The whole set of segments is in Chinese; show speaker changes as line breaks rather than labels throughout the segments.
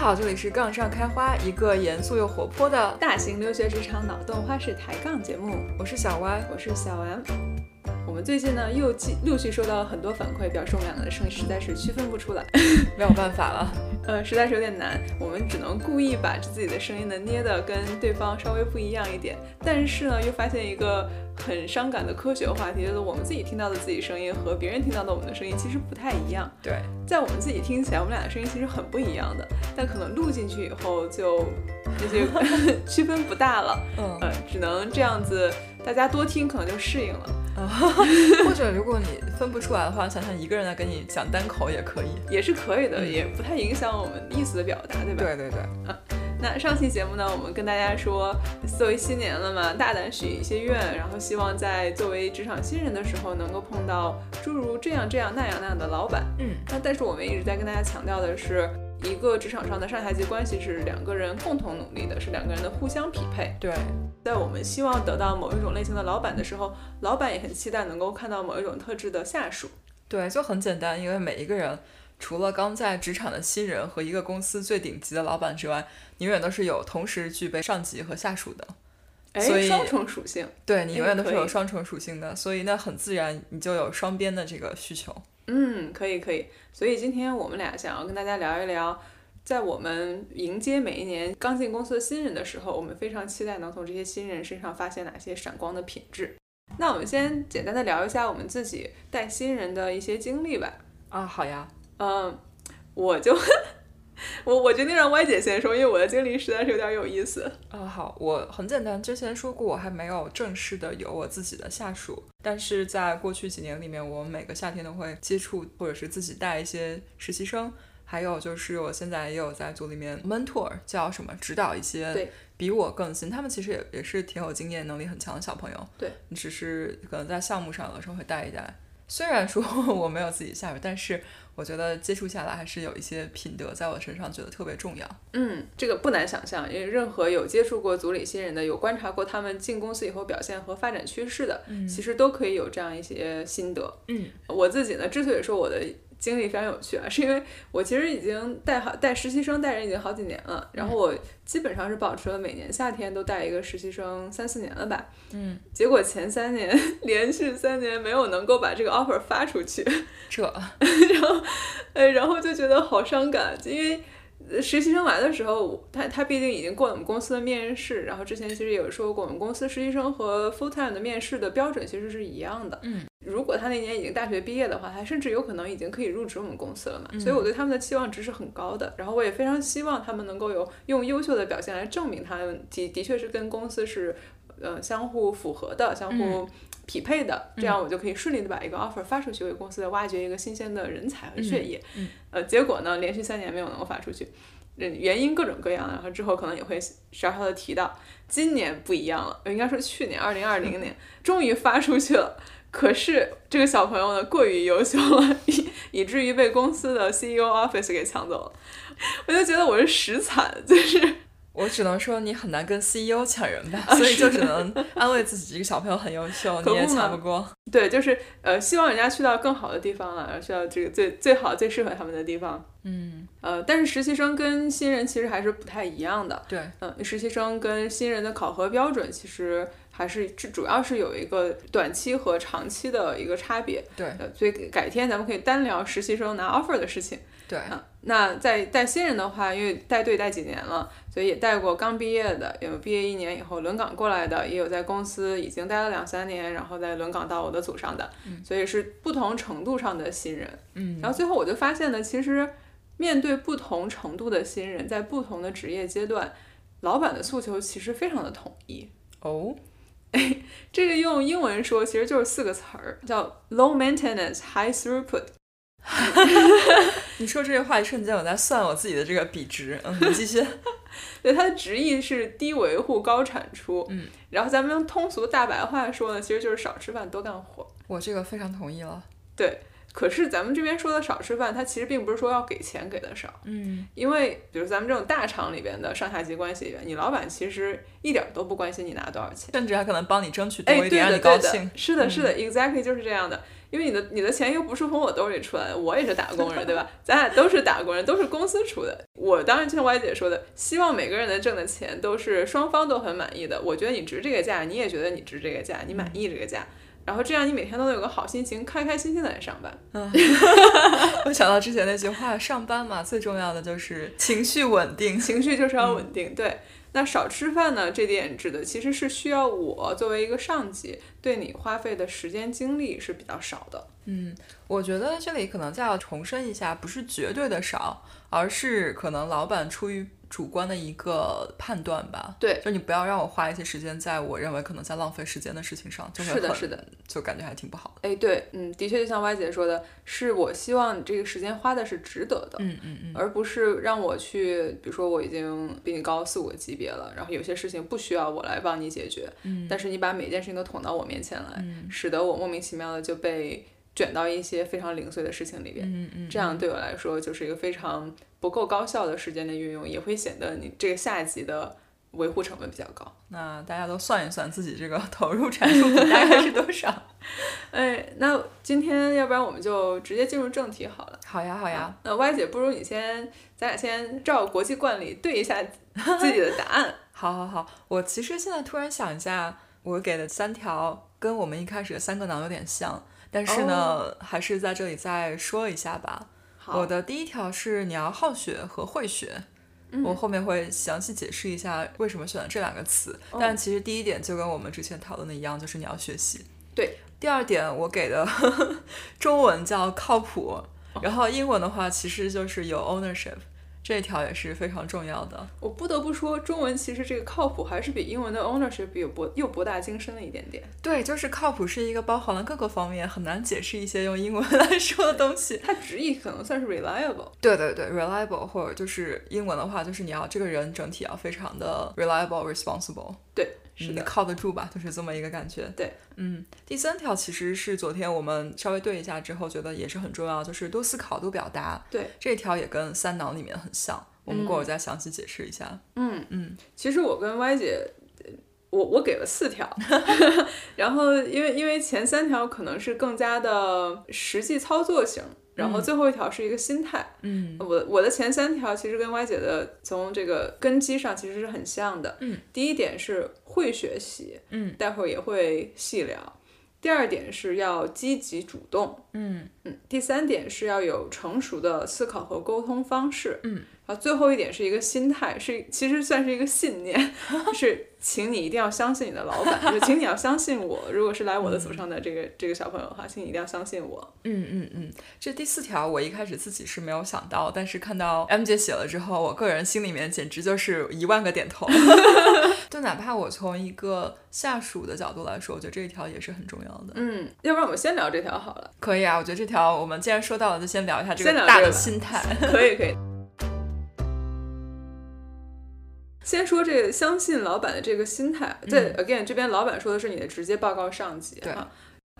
好，这里是杠上开花，一个严肃又活泼的，
大型留学职场脑洞花式抬杠节目，
我是小歪。
我是小 M。我们最近呢又继陆续收到了很多反馈，表示我们两个的声音实在是区分不出来，
没有办法了，
呃，实在是有点难。我们只能故意把自己的声音呢捏的跟对方稍微不一样一点，但是呢又发现一个很伤感的科学话题，就是我们自己听到的自己声音和别人听到的我们的声音其实不太一样。
对，
在我们自己听起来，我们俩的声音其实很不一样的，但可能录进去以后就那些区分不大了，
嗯，
呃，只能这样子，大家多听可能就适应了。
或者如果你分不出来的话，想想一个人来跟你讲单口也可以。
也是可以的，
嗯
也不太影响我们意思的表达，对吧？。
对对对，
那上期节目呢，我们跟大家说，作为新年了嘛，大胆许一些愿，然后希望在作为职场新人的时候，能够碰到诸如这样这样那样那样的老板。
嗯，
那但是我们一直在跟大家强调的是，一个职场上的上下级关系是两个人共同努力的，是两个人的互相匹配。
对，
在我们希望得到某一种类型的老板的时候，老板也很期待能够看到某一种特质的下属。
对，就很简单，因为每一个人除了刚在职场的新人和一个公司最顶级的老板之外，你永远都是有同时具备上级和下属的。
哎，
所以
双重属性。
对你
哎
永远都是
可以
有双重属性的，所以那很自然，你就有双边的这个需求。
嗯，可以可以。所以今天我们俩想要跟大家聊一聊，在我们迎接每一年刚进公司的新人的时候，我们非常期待能从这些新人身上发现哪些闪光的品质。那我们先简单的聊一下我们自己带新人的一些经历吧。
啊，好呀，
嗯，我就 我我决定让歪姐先说，因为我的经历实在是有点有意思。
啊，好，我很简单，之前说过，我还没有正式的有我自己的下属，但是在过去几年里面，我每个夏天都会接触或者是自己带一些实习生，还有就是我现在也有在组里面 mentor，叫什么指导一些
对
比我更新，他们其实也也是挺有经验、能力很强的小朋友，
对，
你只是可能在项目上有的时候会带一带。虽然说 我没有自己下属，但是我觉得接触下来还是有一些品德在我身上觉得特别重要。
嗯，这个不难想象，因为任何有接触过组里新人的，有观察过他们进公司以后表现和发展趋势的，其实都可以有这样一些心得。
嗯，
我自己呢，之所以说我的经历非常有趣啊，是因为我其实已经带好带实习生带人已经好几年了，然
嗯
后我基本上是保持了每年夏天都带一个实习生三四年了吧。
嗯，
结果前三年 连续三年没有能够把这个 offer 发出去，
这，
呃，然后就觉得好伤感，因为呃实习生来的时候，他他毕竟已经过了我们公司的面试，然后之前其实也有说过，我们公司实习生和 full time 的面试的标准其实是一样的。
嗯，
如果他那年已经大学毕业的话，他甚至有可能已经可以入职我们公司了嘛。
嗯
所以我对他们的期望值是很高的，然后我也非常希望他们能够有用优秀的表现来证明他们的的确是跟公司是呃相互符合的，相
嗯
互。匹配的，这样我就可以顺利的把一个 offer 发出去，为公司挖掘一个新鲜的人才和血液。
嗯嗯
呃，结果呢，连续三年没有能够发出去，呃原因各种各样，然后之后可能也会稍稍的提到。今年不一样了，呃应该说去年二零二零年终于发出去了，可是这个小朋友呢过于优秀了，以以至于被公司的 CEO office 给抢走了。我就觉得我是实惨，就是
我只能说你很难跟 CEO 抢人吧，所以就只能安慰自己，这个小朋友很优秀，
可
你也
不嘛
抢不过。
对，就是呃，希望人家去到更好的地方了，去到这个最最好、最适合他们的地方。
嗯，
呃，但是实习生跟新人其实还是不太一样的。
对，
嗯、实习生跟新人的考核标准其实还是主主要是有一个短期和长期的一个差别。
对，
呃，所以改天咱们可以单聊实习生拿 offer 的事情。
对，
啊，那在带新人的话，因为带队带几年了，所以也带过刚毕业的，有毕业一年以后轮岗过来的，也有在公司已经待了两三年，然后再轮岗到我的组上的，所以是不同程度上的新人。
嗯，
然后最后我就发现呢，其实面对不同程度的新人，在不同的职业阶段，老板的诉求其实非常的统一。
哦，
这个用英文说其实就是四个词儿，叫 low maintenance high throughput。
你说这句话一瞬间，我在算我自己的这个比值。嗯，你继 续。
对，它的直译是低维护高产出。
嗯，
然后咱们用通俗大白话说呢，其实就是少吃饭多干活。
嗯我这个非常同意了。
可是咱们这边说的少吃饭，它其实并不是说要给钱给的少，
嗯
因为比如咱们这种大厂里边的上下级关系里边，你老板其实一点儿都不关心你拿多少钱。
甚至还可能帮你争取多
哎，
一
对
点，让
的，
你高
对
兴 嗯
的。，是的，是的、e x a c t l y 就是这样的。因为你的你的钱又不是从我兜里出来的，我也是打工人，对吧？咱俩都是打工人，都是公司出的。我当然就像歪姐说的，希望每个人的挣的钱都是双方都很满意的。我觉得你值这个价，你也觉得你值这个价，
嗯
你满意这个价，然后这样你每天都能有个好心情，开开心心的来上班。
我想到之前那句话，上班嘛，最重要的就是情绪稳定。
情绪就是要
嗯
稳定。对，那少吃饭呢，这点指的其实是需要我作为一个上级对你花费的时间精力是比较少的。
嗯，我觉得这里可能再要重申一下，不是绝对的少，而是可能老板出于主观的一个判断吧。
对
就你不要让我花一些时间在我认为可能在浪费时间的事情上，就会
是的
很
是的，
就感觉还挺不好的。
哎，对，嗯，的确，就像歪姐说的，是我希望你这个时间花的是值得的，
嗯嗯嗯，
而不是让我去，比如说我已经比你高四五个级别了，然后有些事情不需要我来帮你解决，
嗯
但是你把每件事情都捅到我面前来，
嗯
使得我莫名其妙的就被卷到一些非常零碎的事情里边。
嗯嗯，
这样对我来说就是一个非常不够高效的时间的运用，也会显得你这个下级的维护成本比较高。
那大家都算一算自己这个 投入产 出比大概是多少？
哎，那今天要不然我们就直接进入正题好了。
好呀好呀，
那 Y 姐，不如你先，咱俩先照国际惯例对一下自己的答案。
好好好，我其实现在突然想一下，我给的三条跟我们一开始的三个囊有点像，但是呢，还是在这里再说一下吧。我
哦好，
的第一条是你要好学和会学，
嗯
我后面会详细解释一下为什么选了这两个词。
哦
但其实第一点就跟我们之前讨论的一样，就是你要学习。
对。
第二点我给的 中文叫靠
哦
谱，然后英文的话其实就是有 ownership，这一条也是非常重要的。
我不得不说，中文其实这个靠谱还是比英文的 ownership 有博又博大精深了一点点。
对，就是靠谱是一个包含了各个方面，很难解释一些用英文 来说的东西。
它直译可能算是 reliable。
对对对，reliable 或者就是英文的话，就是你要这个人整体要非常的 reliable、responsible，
对，是
嗯
的。
靠得住吧，就是这么一个感觉。
对，
嗯，第三条其实是昨天我们稍微对一下之后，觉得也是很重要，就是多思考、多表达。
对，
这一条也跟三脑里面很像，我们过会儿再详细解释一下。
嗯
嗯，
其实我跟 Y 姐，我我给了四条， 然后因为因为前三条可能是更加的实际操作型，然后最后一条是一个心态。
嗯
我我的前三条其实跟 Y 姐的从这个根基上其实是很像的。
嗯，
第一点是会学习，
嗯，
待会儿也会细聊。第二点是要积极主动，
嗯
嗯，第三点是要有成熟的思考和沟通方式，
嗯，
然后最后一点是一个心态，是其实算是一个信念， 是请你一定要相信你的老板，就是请你要相信我。如果是来我的组上的这个这个小朋友的话，请你一定要相信我。
嗯嗯嗯，这第四条我一开始自己是没有想到，但是看到 M 姐写了之后，我个人心里面简直就是一万个点 头。就哪怕我从一个下属的角度来说，我觉得这一条也是很重要的。
嗯，要不然我们先聊这条好了，
可以啊，我觉得这条我们既然说到了，就先聊一下这
先聊
个大
这
的
个吧
心态。
可以可以。先说这个相信老板的这个心态，这 again 这边老板说的是你的直接报告上级，
对
啊。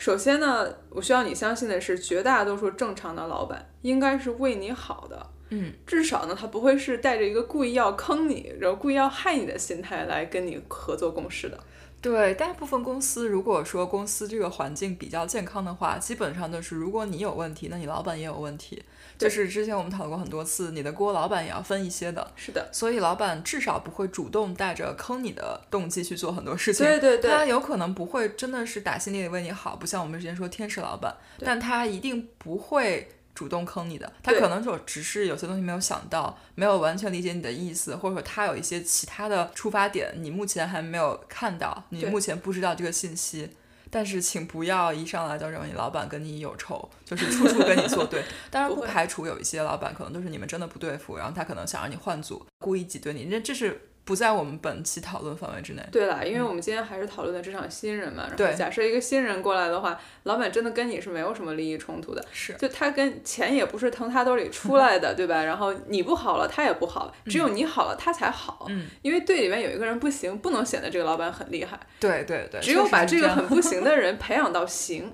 首先呢，我需要你相信的是，绝大多数正常的老板应该是为你好的，
嗯，
至少呢，他不会是带着一个故意要坑你，然后故意要害你的心态来跟你合作共事的。
对，大部分公司如果说公司这个环境比较健康的话，基本上就是如果你有问题，那你老板也有问题。就
对
是之前我们讨论过很多次，你的锅老板也要分一些的。
是的，
所以老板至少不会主动带着坑你的动机去做很多事情。
对对对
他有可能不会真的是打心底里为你好，不像我们之前说天使老板，
对
但他一定不会主动坑你的。他
对
可能就只是有些东西没有想到，没有完全理解你的意思，或者说他有一些其他的出发点，你目前还没有看到，你
对
目前不知道这个信息。但是，请不要一上来就认为你老板跟你有仇，就是处处跟你作 对。当然，
不
不
会
排除有一些老板可能就是你们真的不对付，然后他可能想让你换组，故意挤兑你。那这是不在我们本期讨论范围之内。
对啦，因为我们今天还是讨论的职场新人嘛，然
对
后假设一个新人过来的话，老板真的跟你是没有什么利益冲突的，
是，
就他跟钱也不是从他兜里出来的，对吧？然后你不好了，他也不好，只有你好了，他才好。
嗯，
因为队里面有一个人不行，不能显得这个老板很厉害，
对对对，
只有
确实
把
是这
这 个
样
很不行的人培养到行，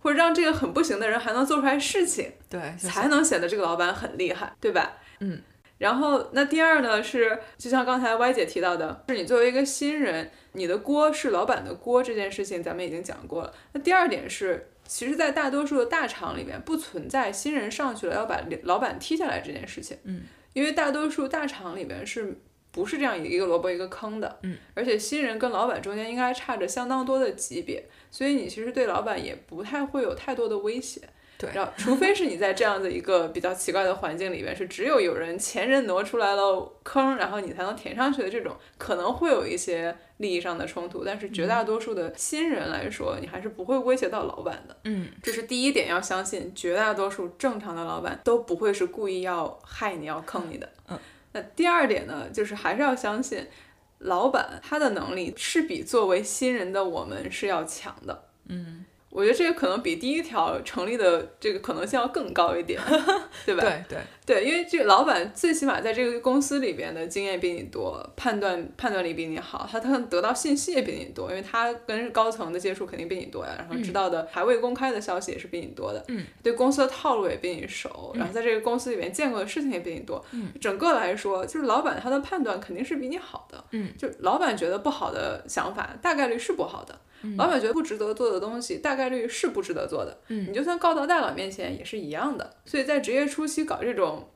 或者让这个很不行的人还能做出来事情，
对，就是
才能显得这个老板很厉害，对吧？
嗯。
然后，那第二呢是，就像刚才 Y 姐提到的，是你作为一个新人，你的锅是老板的锅这件事情，咱们已经讲过了。那第二点是，其实，在大多数的大厂里面，不存在新人上去了要把老板踢下来这件事情。
嗯，
因为大多数大厂里面是不是这样一个萝卜一个坑的？
嗯，
而且新人跟老板中间应该差着相当多的级别，所以你其实对老板也不太会有太多的威胁。
对
然后除非是你在这样的一个比较奇怪的环境里面，是只有有人前人挪出来了坑，然后你才能填上去的这种，可能会有一些利益上的冲突，但是绝
嗯
大多数的新人来说，你还是不会威胁到老板的。
嗯，
这是第一点，要相信绝大多数正常的老板都不会是故意要害你、要坑你的。
嗯，
那第二点呢，就是还是要相信老板他的能力是比作为新人的我们是要强的。嗯，我觉得这个可能比第一条成立的这个可能性要更高一点，对吧？
对对，
对，因为这个老板最起码在这个公司里边的经验比你多，判断判断力比你好，他他得到信息也比你多，因为他跟高层的接触肯定比你多呀，然后知道的还未公开的消息也是比你多的，
嗯，
对公司的套路也比你熟，然后在这个公司里面见过的事情也比你多，
嗯，
整个来说就是老板他的判断肯定是比你好的，
嗯，
就老板觉得不好的想法大概率是不好的。老板觉得不值得做的东西，大概率是不值得做的。
嗯
你就算告到大佬面前也是一样的。所以在职业初期搞这种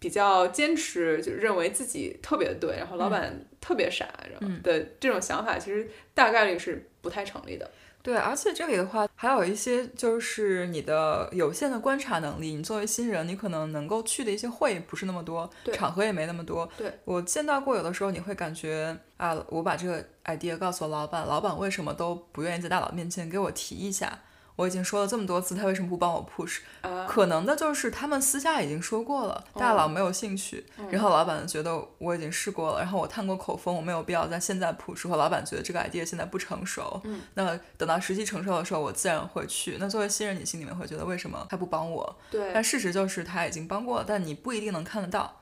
比较坚持，就认为自己特别对，然后老板特别傻，然后的这种想法，其实大概率是不太成立的。
对，而且这里的话，还有一些就是你的有限的观察能力。你作为新人，你可能能够去的一些会不是那么多，
对
场合也没那么多。
对，
我见到过，有的时候你会感觉啊，我把这个 idea 告诉了老板，老板为什么都不愿意在大佬面前给我提一下？我已经说了这么多次，他为什么不帮我 push？、
啊
可能的就是他们私下已经说过了，大
哦
佬没有兴趣，
嗯
然后老板觉得我已经试过了，然后我探过口风，我没有必要在现在 push，或老板觉得这个 idea 现在不成熟，那等到时机成熟的时候，我自然会去。那作为新人，你心里面会觉得为什么他不帮我？
对
但事实就是他已经帮过了，但你不一定能看得到。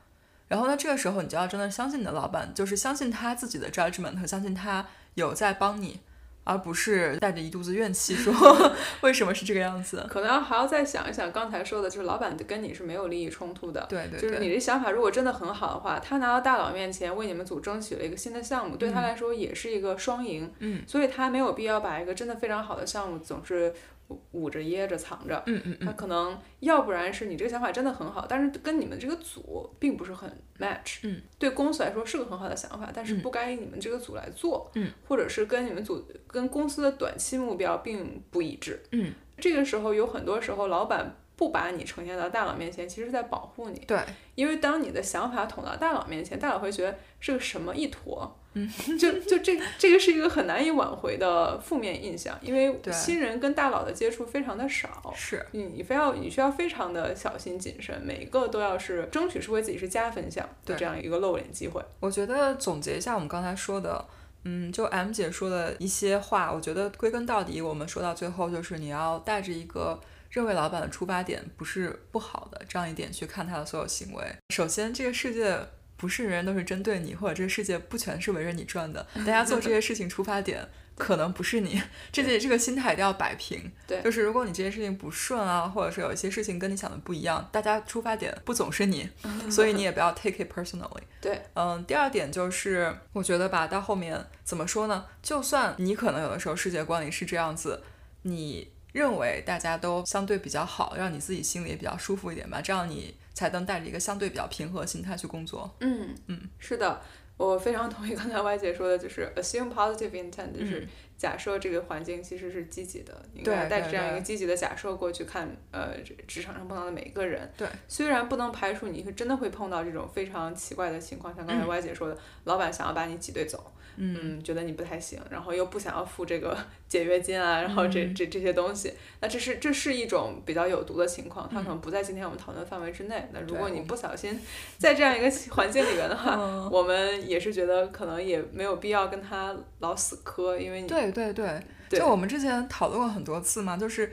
然后呢，这个时候你就要真的相信你的老板，就是相信他自己的 judgment 和相信他有在帮你，而不是带着一肚子怨气说 为什么是这个样子。
可能还要再想一想刚才说的，就是老板跟你是没有利益冲突的。
对对
就是你
对，
这想法如果真的很好的话，他拿到大佬面前为你们组争取了一个新的项目，对他来说也是一个双赢。
嗯，
所以他没有必要把一个真的非常好的项目总是捂捂着掖着藏着。
嗯嗯
他可能要不然是你这个想法真的很好，但是跟你们这个组并不是很 match。
嗯，
对公司来说是个很好的想法，但是
嗯
不该你们这个组来做。
嗯，
或者是跟你们组跟公司的短期目标并不一致。
嗯，
这个时候有很多时候老板。不把你呈现到大佬面前，其实在保护你。
对，
因为当你的想法捅到大佬面前，大佬会觉得是个什么一坨，嗯， 就就这这个是一个很难以挽回的负面印象，因为
对
新人跟大佬的接触非常的少。
是，
你你非要你需要非常的小心谨慎，每一个都要是争取是为自己是加分项的
对
这样一个露脸机 会。
我觉得总结一下我们刚才说的，嗯，就 M 姐说的一些话，我觉得归根到底，我们说到最后就是你要带着一个认为老板的出发点不是不好的这样一点去看他的所有行为。首先，这个世界。不是人人都是针对你，或者这个世界不全是围着你转的。大家做这些事情出发点可能不是你，这些这个心态一定要摆平。
对
就是如果你这件事情不顺啊，或者是有一些事情跟你想的不一样，大家出发点不总是你，
嗯
所以你也不要 take it personally。
对，
嗯，第二点就是，我觉得吧，到后面怎么说呢？就算你可能有的时候世界观里是这样子，你认为大家都相对比较好，让你自己心里也比较舒服一点吧，这样你才能带着一个相对比较平和的心态去工作。
嗯嗯，是的，我非常同意刚才歪姐说的，就是 assume positive intent，就是假设这个环境其实是积极的，你应该
对
带
对
着这样一个
对
积极的假设过去看，呃，职职场上碰到的每一个人。
对，
虽然不能排除你是真的会碰到这种非常奇怪的情况，像刚
嗯
才歪姐说的，老板想要把你挤兑走。嗯，觉得你不太行，然后又不想要付这个 解约金啊，然后这
嗯
这这些东西，那这是这是一种比较有毒的情况，它可能不在今天我们讨论范围之内。那如
嗯对
果你
我们嗯
不小心在这样一个环境里面的话，我们也是觉得可能也没有必要跟他老死磕，因为你
嗯对对对，
对
就我们之前讨论过很多次嘛，就是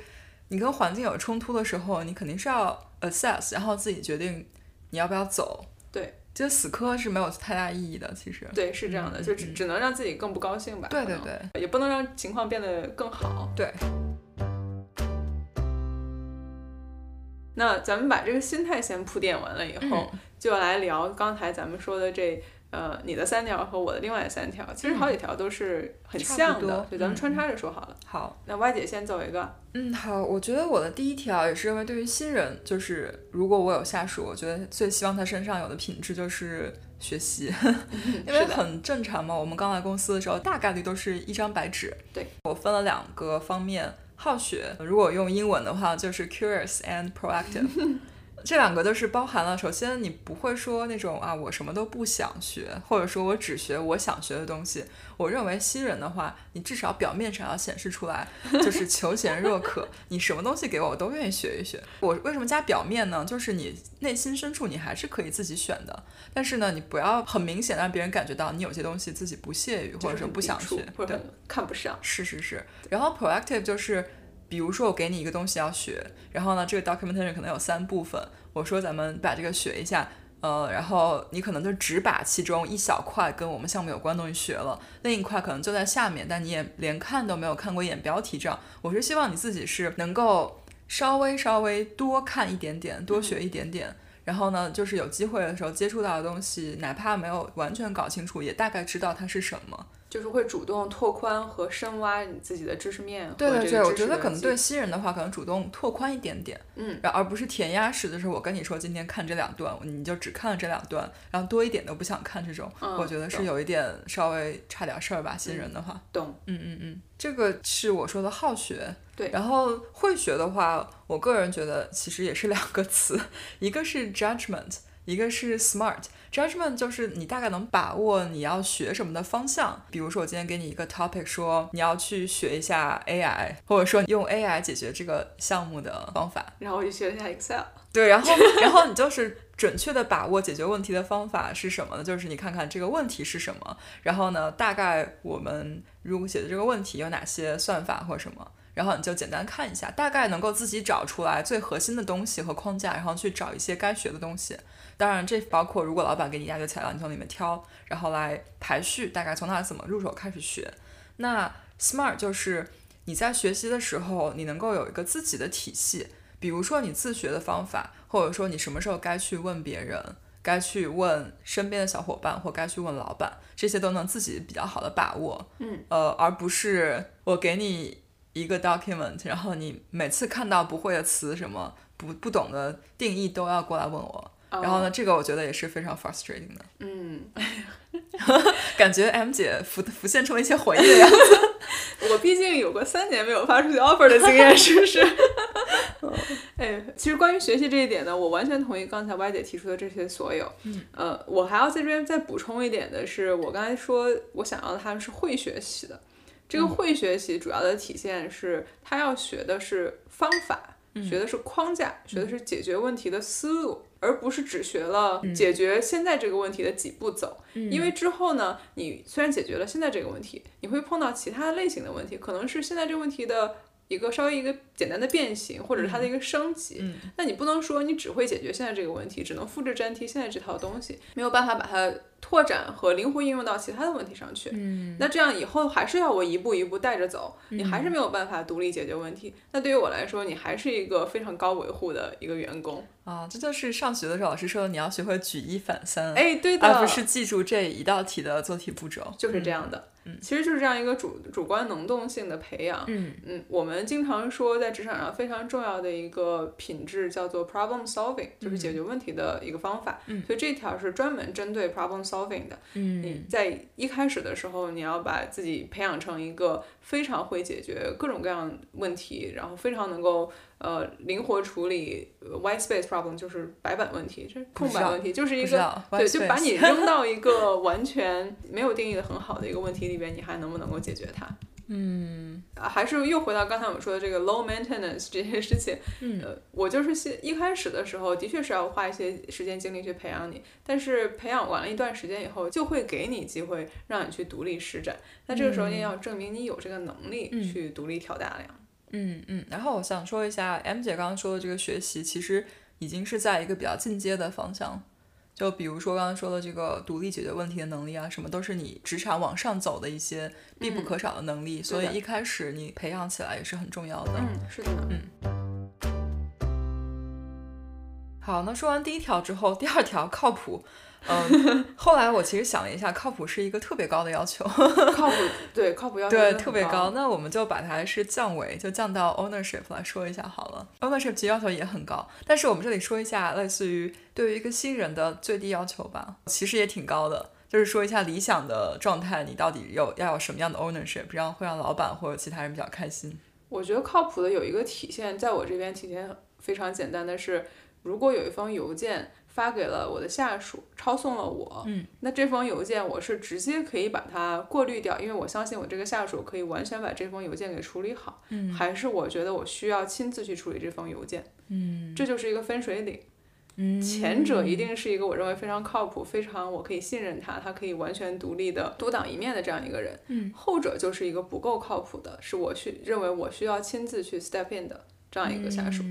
你跟环境有冲突的时候，你肯定是要 assess，然后自己决定你要不要走。
对，
就死磕是没有太大意义的，其实。
对是这样的，
嗯
就只
嗯
只能让自己更不高兴吧。
对
可
对
能
对。
也不能让情况变得更好。
对。
那咱们把这个心态先铺垫完了以后，
嗯
就来聊刚才咱们说的这呃你的三条和我的另外三条，其实好几条都是
嗯
很
差不
像的，
多嗯
对，咱们穿插着说好了。
好，
那 Y 姐先走一个，
嗯，好，我觉得我的第一条也是因为对于新人，就是如果我有下属，我觉得最希望他身上有的品质就是学习， 因为
嗯是的
很正常嘛。我们刚来公司的时候，大概率都是一张白纸。
对，
我分了两个方面，好学，如果用英文的话就是 curious and proactive 。这两个都是包含了，首先你不会说那种啊，我什么都不想学，或者说我只学我想学的东西。我认为新人的话，你至少表面上要显示出来，就是求贤若渴，你什么东西给我，我都愿意学一学。我为什么加表面呢？就是你内心深处你还是可以自己选的，但是呢，你不要很明显让别人感觉到你有些东西自己不屑于，或者
就是
说
很
不
抵
想
触
学，
或者
对。
很看不上，
是是是，然后 proactive 就是，比如说我给你一个东西要学，然后呢，这个 documentation 可能有三部分，我说咱们把这个学一下，呃，然后你可能就只把其中一小块跟我们项目有关的东西学了，另一块可能就在下面，但你也连看都没有看过一眼标题这样。我是希望你自己是能够稍微稍微多看一点点，多学一点点。然后呢，就是有机会的时候接触到的东西，哪怕没有完全搞清楚，也大概知道它是什么。
就是会主动拓宽和深挖你自己的知识面和
对对
这
对，
个
我
知识
觉
的
得可能
积
对新人的话，可能主动拓宽一点点，
嗯，
然后而不是填鸭式，就是我跟你说今天看这两段，你就只看了这两段，然后多一点都不想看这种，
嗯
我觉得是有一点稍微差点事儿吧，新人的话，
懂。
嗯嗯嗯，这个是我说的好学。
对
然后会学的话，我个人觉得其实也是两个词，一个是 judgment，一个是 smart。judgment 就是你大概能把握你要学什么的方向，比如说我今天给你一个 topic，说你要去学一下 AI，或者说用 AI 解决这个项目的方法。
然后我就学了一下 Excel，
对，然后然后你就是准确的把握解决问题的方法是什么呢？就是你看看这个问题是什么，然后呢，大概我们如果解决这个问题有哪些算法或什么。然后你就简单看一下，大概能够自己找出来最核心的东西和框架，然后去找一些该学的东西。当然，这包括如果老板给你一大堆材料，你从里面挑，然后来排序，大概从哪怎么入手开始学。那 smart 就是你在学习的时候，你能够有一个自己的体系，比如说你自学的方法，或者说你什么时候该去问别人，该去问身边的小伙伴，或该去问老板，这些都能自己比较好的把握。
嗯，
呃，而不是我给你一个 document，然后你每次看到不会的词什么。不不懂的定义都要过来问我，然后呢，
哦？
这个我觉得也是非常 frustrating 的，
嗯，
感觉 M 姐浮浮现出了一些回忆的啊样 子。
我毕竟有过三年没有发出去 offer 的经验，是不是？ 哎，其实关于学习这一点呢，我完全同意刚才 Y 姐提出的这些所有。
嗯，
呃，我还要在这边再补充一点的是，我刚才说我想要他们是会学习的，这
嗯
个会学习主要的体现是他要学的是方法，学的是框架，学的是解决问题的思路。而不是只学了解决现在这个问题的几步走，因为之后呢，你虽然解决了现在这个问题，你会碰到其他类型的问题，可能是现在这个问题的一个稍微一个简单的变形，或者是它的一个升级。那你不能说你只会解决现在这个问题，只能复制粘贴现在这套东西，没有办法把它拓展和灵活应用到其他的问题上去。嗯，那这样以后还是要我一步一步带着走，你还是没有办法独立解决问题。那对于我来说，你还是一个非常高维护的一个员工。
啊，这就是上学的时候老师说你要学会举一反三，啊
哎，对的，
而不是记住这一道题的做题步骤。
就是这样的。嗯，其实就是这样一个主主观能动性的培养。
嗯
嗯，我们经常说在职场上非常重要的一个品质叫做 problem solving，就是解决问题的一个方法。嗯，所以这条是专门针对 problem solving 的。
嗯
你在一开始的时候，你要把自己培养成一个非常会解决各种各样问题，然后非常能够呃灵活处理呃 white space problem，就是白板问题，这空白问题，就是一
不知
个
道，
对，就
white
把
space
你扔到一 个完全没有定义的很好的一个问题里边，你还能不能够解决它？嗯，还是又回到刚才我们说的这个 low maintenance 这件事情。
嗯
呃，我就是先一开始的时候，的确是要花一些时间精力去培养你，但是培养完了一段时间以后，就会给你机会让你去独立施展。那这个时候，你也要证明你有这个能力
嗯
去独立挑大梁。
嗯嗯，然后我想说一下，M 姐刚刚说的这个学习，其实已经是在一个比较进阶的方向。就比如说刚刚说的这个独立解决问题的能力啊，什么都是你职场往上走的一些必不可少嗯的嗯能力，所
对
以
的
一开
嗯
始你培养起来也是很重要的。
嗯，是的呢。
嗯好，那说完第一条之后，第二条靠谱。嗯，后来我其实想了一下，靠谱是一个特别高的要求，
靠谱对靠谱要求
对，
真的
特别
很
高。。那我们就把它是降维，就降到 ownership 来说一下好了。ownership 其实要求也很高，但是我们这里说一下，类似于对于一个新人的最低要求吧，其实也挺高的。就是说一下理想的状态，你到底有要有什么样的 ownership，这样会让老板或者其他人比较开心。
我觉得靠谱的有一个体现，在我这边体现非常简单的是，如果有一封邮件发给了我的下属，抄送了我，嗯，那这封邮件我是直接可以把它过滤掉，因为我相信我这个下属可以完全把这封邮件给处理好，嗯，还是我觉得我需要亲自去处理这封邮件，嗯，这就是一个分水岭。嗯，前者一定是一个我认为非常靠谱、非常我可以信任他，他可以完全独立的独当一面的这样一个人。后者就是一个不够靠谱的，是我去认为我需要亲自去 step in 的这样一个下属。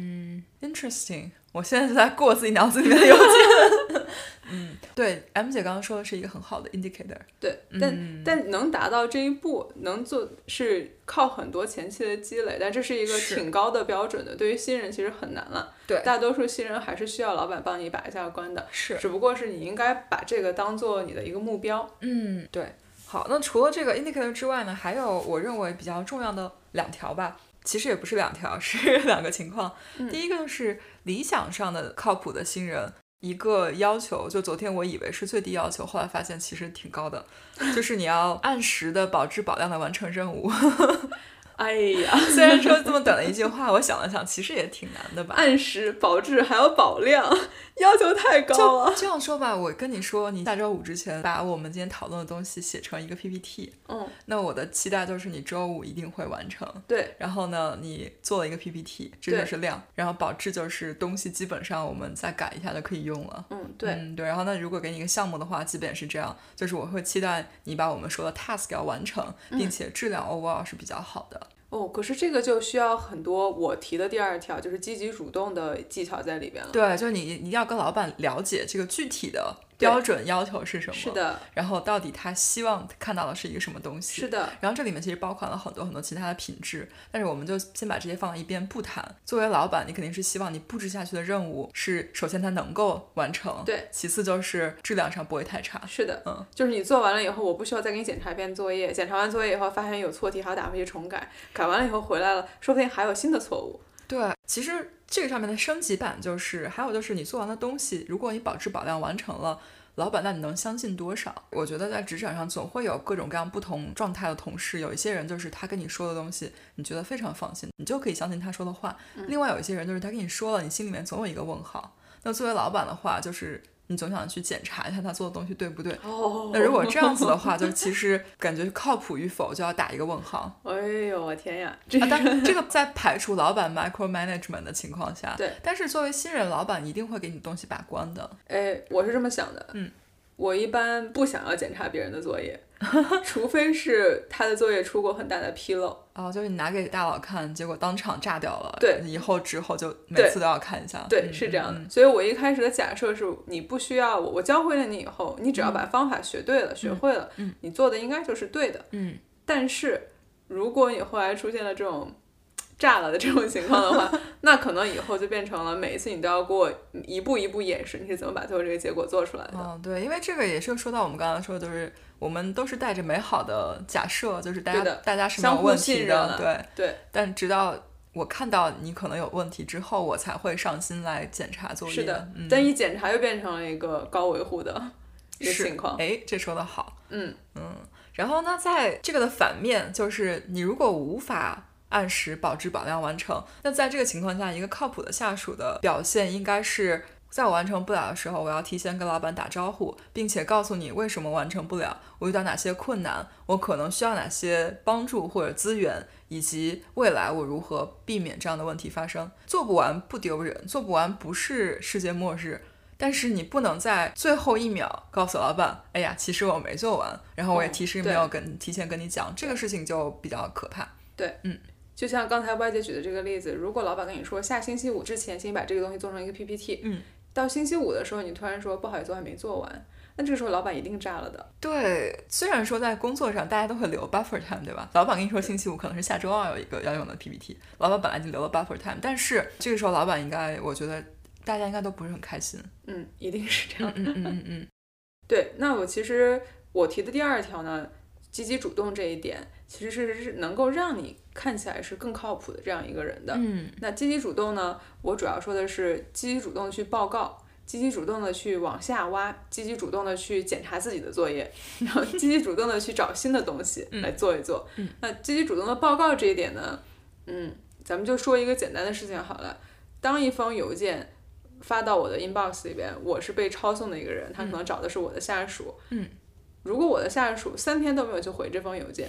Interesting，我现在是在过自己脑子里面的邮件。 嗯，对，M 姐刚刚说的是一个很好的 indicator。
对，但、但能达到这一步，能做是靠很多前期的积累，但这是一个
是
挺高的标准的，对于新人其实很难了。
对
大多数新人还是需要老板帮你把一下关的，
是，
只不过是你应该把这个当做你的一个目标。
嗯，对。好，那除了这个 indicator 之外呢，还有我认为比较重要的两条吧。其实也不是两条，是 两个情况。第一个就是理想上的靠谱的新人，一个要求，就昨天我以为是最低要求，后来发现其实挺高的，就是你要按时的保质保量的完成任务。
哎 呀，
虽然说这么短的一句话，我想了想，其实也挺难的吧。
按时保质还要保量，要求太高了。
这样说吧，我跟你说，你下周五之前把我们今天讨论的东西写成一个 PPT。
嗯，
那我的期待就是你周五一定会完成。
对，
然后呢，你做了一个 PPT，这
对
就是量。然后保质就是东西基本上我们再改一下就可以用了。
嗯，对，
嗯，对。然后那如果给你一个项目的话，基本是这样，就是我会期待你把我们说的 task 要完成，
嗯
并且质量 overall 是比较好的。
哦，可是这个就需要很多我提的第二条，就是积极主动的技巧在里边了。
对，就是你你一定要跟老板了解这个具体的
对
标准要求是什么。
是。的，
然后到底他希望看到的是一个什么东西？
是的，
然后这里面其实包含了很多很多其他的品质，但是我们就先把这些放在一边不谈。作为老板，你肯定是希望你布置下去的任务是，首先它能够完成，
对，
其次就是质量上不会太差。
是的，
嗯，
就是你做完了以后，我不需要再给你检查一遍作业，检查完作业以后发现有错题还要打回去重改，改完了以后回来了，说不定还有新的错误。
对，其实这个上面的升级版就是，还有就是你做完的东西，如果你保质保量完成了。老板，那你能相信多少？我觉得在职场上总会有各种各样不同状态的同事，有一些人就是他跟你说的东西，你觉得非常放心，你就可以相信他说的话；另外有一些人就是他跟你说了，你心里面总有一个问号。那作为老板的话，就是你总想去检查一下他做的东西对不对。
哦
那如果这样子的话，就其实感觉靠谱与否就要打一个问号。
哎呦我天呀，这
啊，但这个在排除老板 micro management 的情况下，
对，
但是作为新人，老板一定会给你东西把关的。
哎，我是这么想的，
嗯，
我一般不想要检查别人的作 业，除非是他的作业出过很大的纰漏。
啊，就是你拿给大佬看，结果当场炸掉了。
对
你以后之后就每
对
次都要看一下。
对，
嗯
是这样的。所以我一开始的假设是你不需要我，我教会了你以后，你只
嗯
要把方法学对了、学会了，你做的应该就是对的。
嗯，
但是如果你后来出现了这种炸了的这种情况的 话，那可能以后就变成了每一次你都要给我一步一步演示你是怎么把最后这个结果做出来的。
哦，对，因为这个也是说到我们刚刚说，就是我们都是带着美好的假设，就是大
对
家
的
大家是没
相
有
互
问
信
题
任
的，
了
对。
对，
但直到我看到你可能有问题之后，我才会上心来检查作业。
是的。
嗯，
但一检查又变成了一个高维护的一个情况。
哎，这说的好。
嗯，
然后呢，在这个的反面就是，你如果无法按时保质保量完成，那在这个情况下，一个靠谱的下属的表现应该是。在我完成不了的时候，我要提前跟老板打招呼，并且告诉你为什么完成不了，我遇到哪些困难，我可能需要哪些帮助或者资源，以及未来我如何避免这样的问题发生。做不完不丢人，做不完不是世界末日，但是你不能在最后一秒告诉老板，哎呀，其实我没做完，然后我也
嗯
提示
对
没有跟提前跟你讲，这个事情就比较可怕。
就像刚才歪姐举的这个例子，如果老板跟你说下星期五之前，请你把这个东西做成一个 PPT，
嗯，
到星期五的时候，你突然说不好意思，我还没做完，那这个时候老板一定炸了的。
对，虽然说在工作上大家都会留 buffer time，对吧？老板跟你说星期五可能是下周二有一个要用的 PPT，老板本来就留了 buffer time，但是这个时候老板应该，我觉得大家应该都不是很开心。
嗯，一定是这样。
嗯嗯嗯嗯，
对，那我其实我提的第二条呢，积极主动这一点，其实是能够让你看起来是更靠谱的这样一个人的。
嗯
那积极主动呢，我主要说的是积极主动地去报告，积极主动的去往下挖，积极主动的去检查自己的作业，然后积极主动的去找新的东西来做一做。
嗯
那积极主动的报告这一点呢，嗯，咱们就说一个简单的事情好了。当一封邮件发到我的 inbox 里边，我是被抄送的一个人，他可能找的是我的下属。
嗯，
如果我的下属三天都没有去回这封邮件，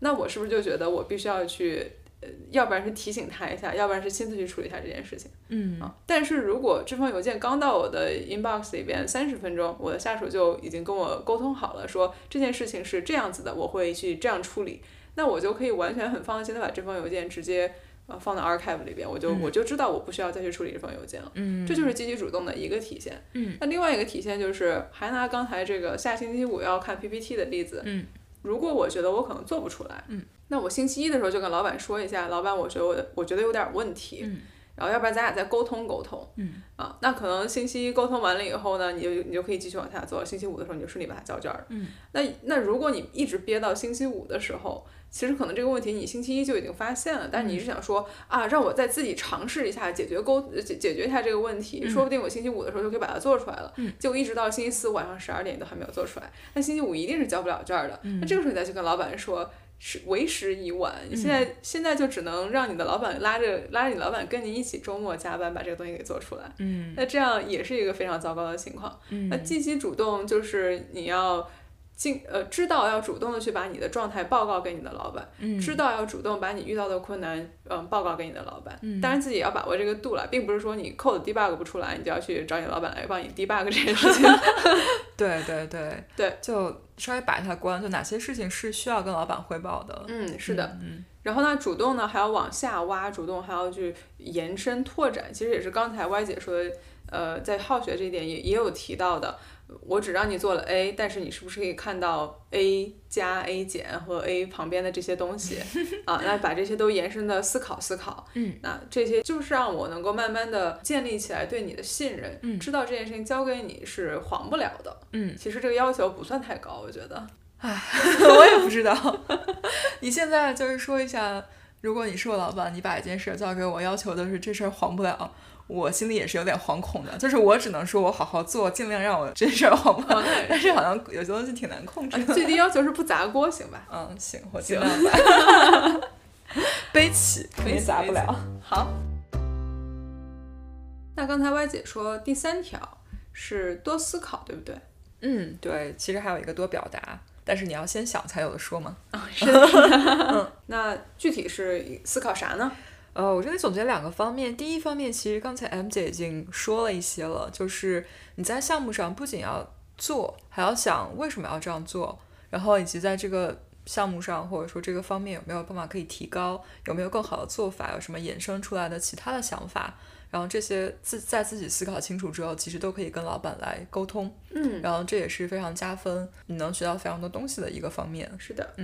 那我是不是就觉得我必须要去，呃，要不然是提醒他一下，要不然是亲自去处理一下这件事情
嗯，
啊？但是如果这封邮件刚到我的 inbox 里边三十分钟，我的下属就已经跟我沟通好了，说这件事情是这样子的，我会去这样处理，那我就可以完全很放心的把这封邮件直接呃放到 archive 里边，我就、我就知道我不需要再去处理这封邮件了。
嗯
这就是积极主动的一个体现。
嗯，
那另外一个体现就是，还拿刚才这个下星期五要看 PPT 的例子，
嗯，
如果我觉得我可能做不出来，
嗯，
那我星期一的时候就跟老板说一下，老板，我觉得我的我觉得有点问题，
嗯，
然后要不然咱俩再沟通沟通，
嗯，
啊，那可能星期一沟通完了以后呢，你就你就可以继续往下做，星期五的时候你就顺利把它交卷了，
嗯，
那那如果你一直憋到星期五的时候，其实可能这个问题你星期一就已经发现了，但
嗯
是你是想说、啊，让我再自己尝试一下解决沟解解决一下这个问题，说不定我星期五的时候就可以把它做出来了。
嗯
结果一直到星期四晚上十二点你都还没有做出来，那星期五一定是交不了卷儿的。
嗯
那这个时候你再去跟老板说。是为时已晚，你现在、
嗯
现在就只能让你的老板拉着拉着你老板跟你一起周末加班把这个东西给做出来，
嗯
那这样也是一个非常糟糕的情况。
嗯
那积极主动就是你要尽呃知道要主动的去把你的状态报告给你的老板，
嗯
知道要主动把你遇到的困难嗯报告给你的老板。
嗯
当然自己也要把握这个度了，并不是说你 code debug 不出来，你就要去找你老板来帮你 debug 这件事情。
对对对
对，
就稍微把一下关，就哪些事情是需要跟老板汇报 的。
嗯，是的。
嗯，
然后呢，主动呢还要往下挖，主动还要去延伸拓展，其实也是刚才歪姐说的，呃，在好学这一点也也有提到的。我只让你做了 A，但是你是不是可以看到 A 加 A 减和 A 旁边的这些 东西啊？那把这些都延伸的思考思考，
嗯，
那这些就是让我能够慢慢的建立起来对你的信任，
嗯
知道这件事情交给你是黄不了的，
嗯，
其实这个要求不算太高，我觉 得，
我也不知道。 你现在就是说一下，如果你是我老板，你把一件事交给我，要求的是这事儿黄不了，我心里也是有点惶恐的。就是我只能说我好好做，尽量让我这事儿黄不了。
啊那 也
但是好像有些东西挺难控制
啊
的。
最低要求是不砸锅，行吧？
嗯，行，我尽量吧。 背起，肯定砸不了。
好。那刚才 Y 姐说第三条是多思考，对不对？
嗯，对，其实还有一个多表达，但是你要先想才有的说嘛。
嗯那具体是思考啥呢？
呃，我这里总结两个方面。第一方面，其实刚才 M 姐已经说了一些了，就是你在项目上不仅要做，还要想为什么要这样做，然后以及在这个项目上或者说这个方面有没有办法可以提高，有没有更好的做法，有什么衍生出来的其他的想法，然后这些自在自己思考清楚之后，其实都可以跟老板来沟通，
嗯，
然后这也是非常加分，你能学到非常多东西的一个方面。
是的，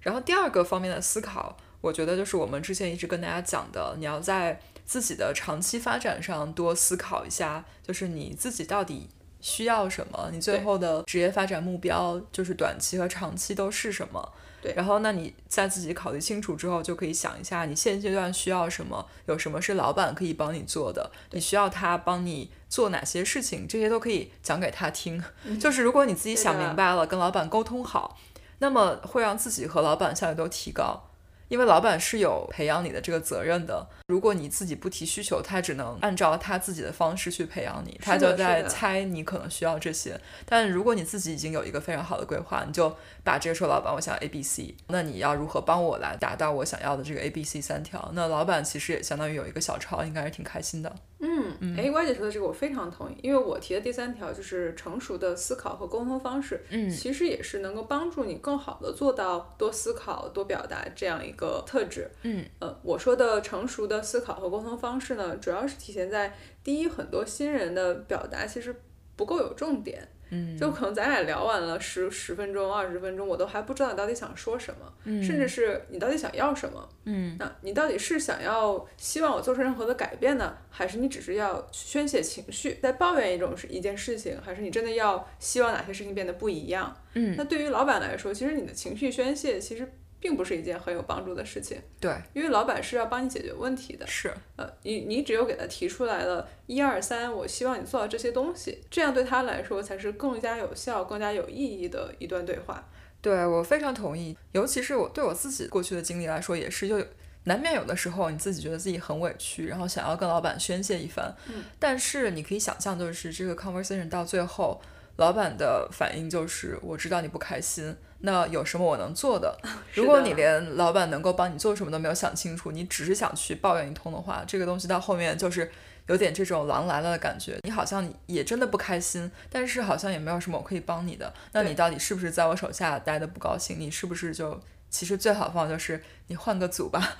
然后第二个方面的思考，我觉得就是我们之前一直跟大家讲的，你要在自己的长期发展上多思考一下，就是你自己到底需要什么，你最
对
后的职业发展目标就是短期和长期都是什么。
对
然后那你在自己考虑清楚之后，就可以想一下你现阶段需要什么，有什么是老板可以帮你做的，你需要他帮你做哪些事情，这些都可以讲给他听。就是如果你自己
嗯对
想
的
明白了，跟老板沟通好，那么会让自己和老板效率都提高。因为老板是有培养你的这个责任的，如果你自己不提需求，他只能按照他自己的方式去培养你，他
是的
就是在
的
猜你可能需要这些。但如果你自己已经有一个非常好的规划，你就把这个说老板，我想 A B C，那你要如何帮我来达到我想要的这个 A B C 三条？那老板其实也相当于有一个小抄，应该是挺开心的。
嗯，哎，Y 姐说的这个我非常同意，因为我提的第三条就是成熟的思考和沟通方式，
嗯
其实也是能够帮助你更好的做到多思考、多表达这样一个特质。
嗯，
呃，我说的成熟的思考和沟通方式呢，主要是体现在第一，很多新人的表达其实不够有重点。
嗯，
就可能咱俩聊完了十十分钟、二十分钟，我都还不知道你到底想说什么，甚至是你到底想要什么。
嗯，
那你到底是想要希望我做出任何的改变呢，还是你只是要宣泄情绪，在抱怨一种是一件事情，还是你真的要希望哪些事情变得不一样？
嗯，
那对于老板来说，其实你的情绪宣泄其实并不是一件很有帮助的事情，
对，
因为老板是要帮你解决问题的。
是，
呃，你你只有给他提出来了一二三，我希望你做到这些东西，这样对他来说才是更加有效、更加有意义的一段对话。
对我非常同意，尤其是我对我自己过去的经历来说，也是就有难免有的时候你自己觉得自己很委屈，然后想要跟老板宣泄一番，
嗯
但是你可以想象，就是这个 conversation 到最后，老板的反应就是我知道你不开心，那有什么我能做的？如果你
连
连老板能够帮你做什么都没有想清楚，你只是想去抱怨一通的话，这个东西到后面就是有点这种狼来了的感觉。你好像也真的不开心，但是好像也没有什么我可以帮你的。那
对
你到底是不是在我手下待的不高兴？你是不是就其实最好的方法就是你换个组吧？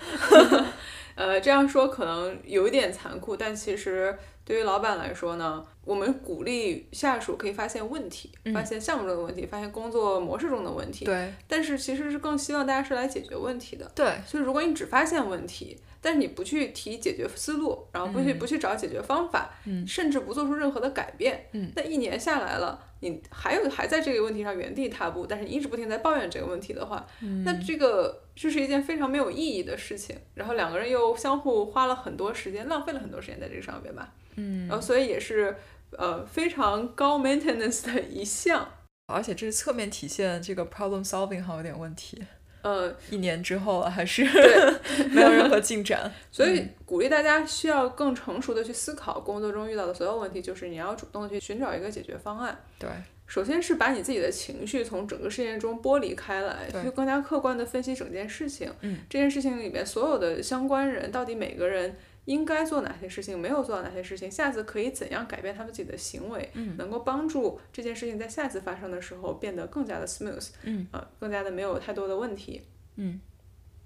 呃，这样说可能有一点残酷，但其实对于老板来说呢，我们鼓励下属可以发现问题，发现项目中的问题，发现工作模式中的问 题。
对
但是其实是更希望大家是来解决问题的。
对
所以如果你只发现问题，但是你不去提解决思路，然后不去、不去找解决方法，
嗯
甚至不做出任何的改变，
嗯
那一年下来了，你还有还在这个问题上原地踏步，但是你一直不停地在抱怨这个问题的话，
嗯
那这个就是一件非常没有意义的事情。然后两个人又相互花了很多时间，浪费了很多时间在这个上面吧，嗯，然后所以也是呃非常高 maintenance 的一项。
而且这是侧面体现这个 problem solving 好像有点问题。
呃，
一年之后了还是 没有任何进展。
所以鼓励大家需要更成熟的去思考工作中遇到的所有问题，就是你要主动的去寻找一个解决方案。
对，
首先是把你自己的情绪从整个事件中剥离开来，
对
去更加客观的分析整件事情。
嗯，
这件事情里面所有的相关人，到底每个人应该做哪些事情，没有做到哪些事情，下次可以怎样改变他们自己的行为，
嗯
能够帮助这件事情在下次发生的时候变得更加的 smooth，
嗯，
呃，更加的没有太多的问题。
嗯，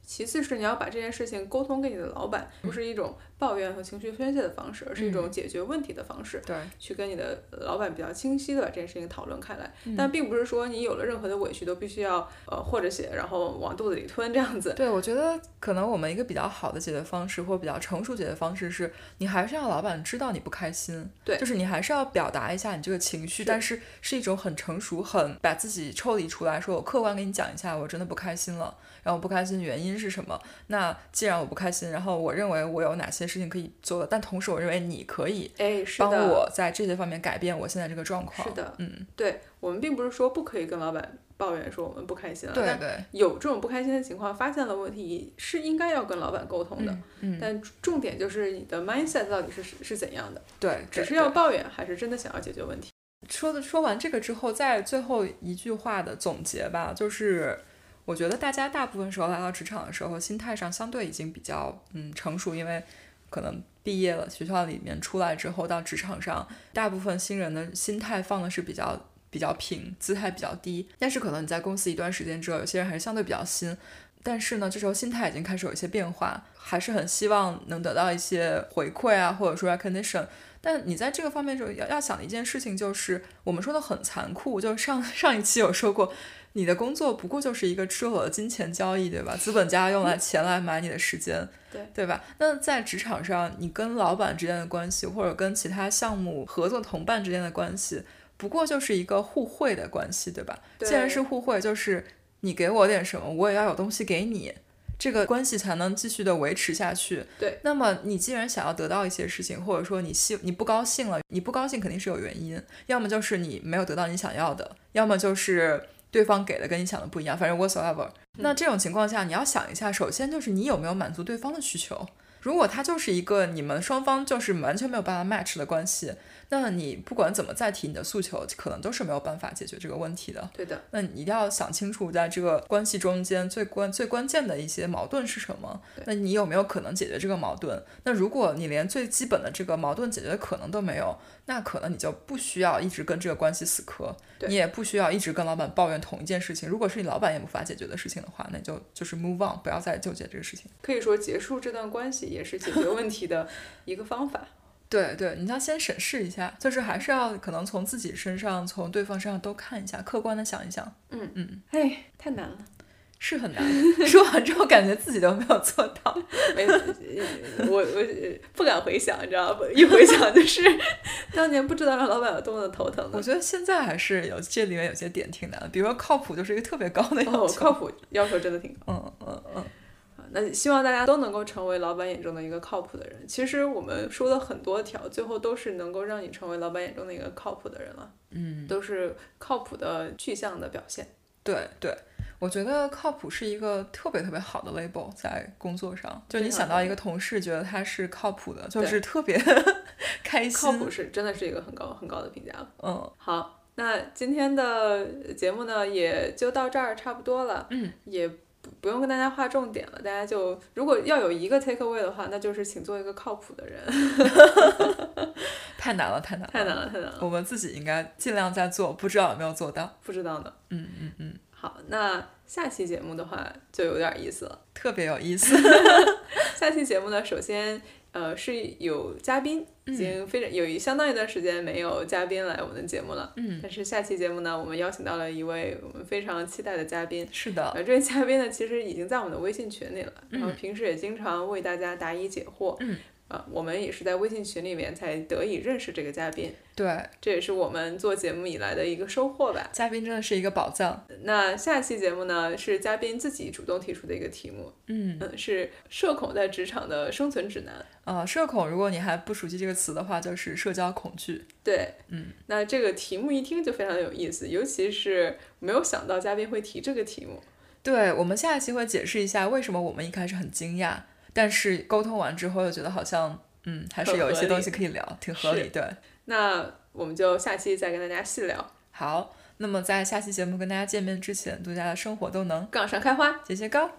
其次是你要把这件事情沟通给你的老板，不是一种抱怨和情绪宣泄的方式，而是一种解决问题的方式。
对，
去跟你的老板比较清晰的把这件事情讨论开来，
嗯
但并不是说你有了任何的委屈都必须要呃或者写，然后往肚子里吞这样子。
对，我觉得可能我们一个比较好的解决方式，或比较成熟解决方式是，你还是让老板知道你不开心，
对
就是你还是要表达一下你这个情绪，但是是一种很成熟、很把自己抽离出来，说我客观给你讲一下，我真的不开心了，然后不开心原因是什么？那既然我不开心，然后我认为我有哪些事情可以做的，但同时我认为你可以
哎，是
帮
的，
我在这些方面改变我现在这个状况。
是，的，
嗯，
对我们并不是说不可以跟老板抱怨说我们不开心了，
对
但
对，
有这种不开心的情况，发现了问题是应该要跟老板沟通的，
嗯嗯，
但重点就是你的 mindset 到底是是是怎样的，
对，
只
对
是
对
要抱怨还是真的想要解决问题？
说的说完这个之后，在最后一句话的总结吧，就是我觉得大家大部分时候来到职场的时候，心态上相对已经比较嗯成熟，因为可能毕业了，学校里面出来之后到职场上，大部分新人的心态放的是比较。比较平，姿态比较低，但是可能你在公司一段时间之后，有些人还是相对比较新，但是呢，这时候心态已经开始有一些变化，还是很希望能得到一些回馈啊，或者说 recognition，但你在这个方面的时候，要要想的一件事情就是，我们说的很残酷，就上 上一期有说过，你的工作不过就是一个赤裸的金钱交易，对吧？资本家用来钱来买你的时间，
对
对吧？那在职场上，你跟老板之间的关系，或者跟其他项目合作同伴之间的关系，不过就是一个互惠的关系，对吧？
对
既然是互惠，就是你给我点什么，我也要有东西给你。这个关系才能继续的维持下去，那么你既然想要得到一些事情，或者说你希你不高兴了，你不高兴肯定是有原因，要么就是你没有得到你想要的，要么就是对方给的跟你想的不一样，反正 whatsoever。那这种情况下，你要想一下，首先就是你有没有满足对方的需求。如果他就是一个你们双方就是完全没有办法 match 的关系，那你不管怎么再提你的诉求，可能都是没有办法解决这个问题的。
对的，
那你一定要想清楚，在这个关系中间最关最关键的一些矛盾是什么
对？
那你有没有可能解决这个矛盾？那如果你连最基本的这个矛盾解决的可能都没有，那可能你就不需要一直跟这个关系死磕，
对
你也不需要一直跟老板抱怨同一件事情。如果是你老板也无法解决的事情的话，那你就就是 move on，不要再纠结这个事情。
可以说结束这段关系也是解决问题的一个方法。
对对，你要先审视一下，就是还是要可能从自己身上、从对方身上都看一下，客观的想一想，
嗯
嗯，
哎，太难了。
是很 难。说完之后，感觉自己都没有做到。
没，哎呃我我不敢回想，你知道吧？一回想就是当年不知道让老板有多么的头疼
我
的。
觉得现在还是有这里面有些点挺难的，比如说靠谱就是一个特别高的要
哦，
求。
靠谱要求真的挺高。
嗯嗯嗯，
啊那希望大家都能够成为老板眼中的一个靠谱的人。其实我们说的很多条，最后都是能够让你成为老板眼中的一个靠谱的人了。嗯，都是靠谱的具象的表现。
对对，我觉得靠谱是一个特别特别好的 label，在工作上，就
非
你
常
想到
好
一个同事，觉得他是靠谱的，就
对
是特 别开心。
靠谱是真的是一个很高很高的评价了。
嗯，
好，那今天的节目呢，也就到这儿差不多了。
嗯，
也不不用跟大家划重点了，大家就如果要有一个 take away 的话，那就是请做一个靠谱的人。
太难了，太难了，
太难了，太难了，
我们自己应该尽量在做，不知道有没有做到。
不知道呢。
嗯嗯嗯，
好，那下期节目的话就有点意思了。
特别有意思。
下期节目呢，首先呃是有嘉宾，
嗯
已经非常有一相当一段时间没有嘉宾来我们的节目了。
嗯，
但是下期节目呢，我们邀请到了一位我们非常期待的嘉宾，
是的，
呃，这位嘉宾呢，其实已经在我们的微信群里了，然后平时也经常为大家答疑解惑。
嗯，
呃，我们也是在微信群里面才得以认识这个嘉宾，
对，
这也是我们做节目以来的一个收获吧。
嘉宾真的是一个宝藏。
那下期节目呢，是嘉宾自己主动提出的一个题目，
嗯，
嗯，是社恐在职场的生存指南。
呃，社恐，如果你还不熟悉这个词的话，就是社交恐惧。
对，
嗯，
那这个题目一听就非常有意思，尤其是没有想到嘉宾会提这个题目。
对，我们下一期会解释一下为什么我们一开始很惊讶，但是沟通完之后又觉得好像，嗯，还是
很
有一
合
些东
理
西可以聊，挺合
是
理。对，
那我们就下期再跟大家细聊，
好，那么在下期节目跟大家见面之前，祝大家生活都能
杠上开花。
节节高。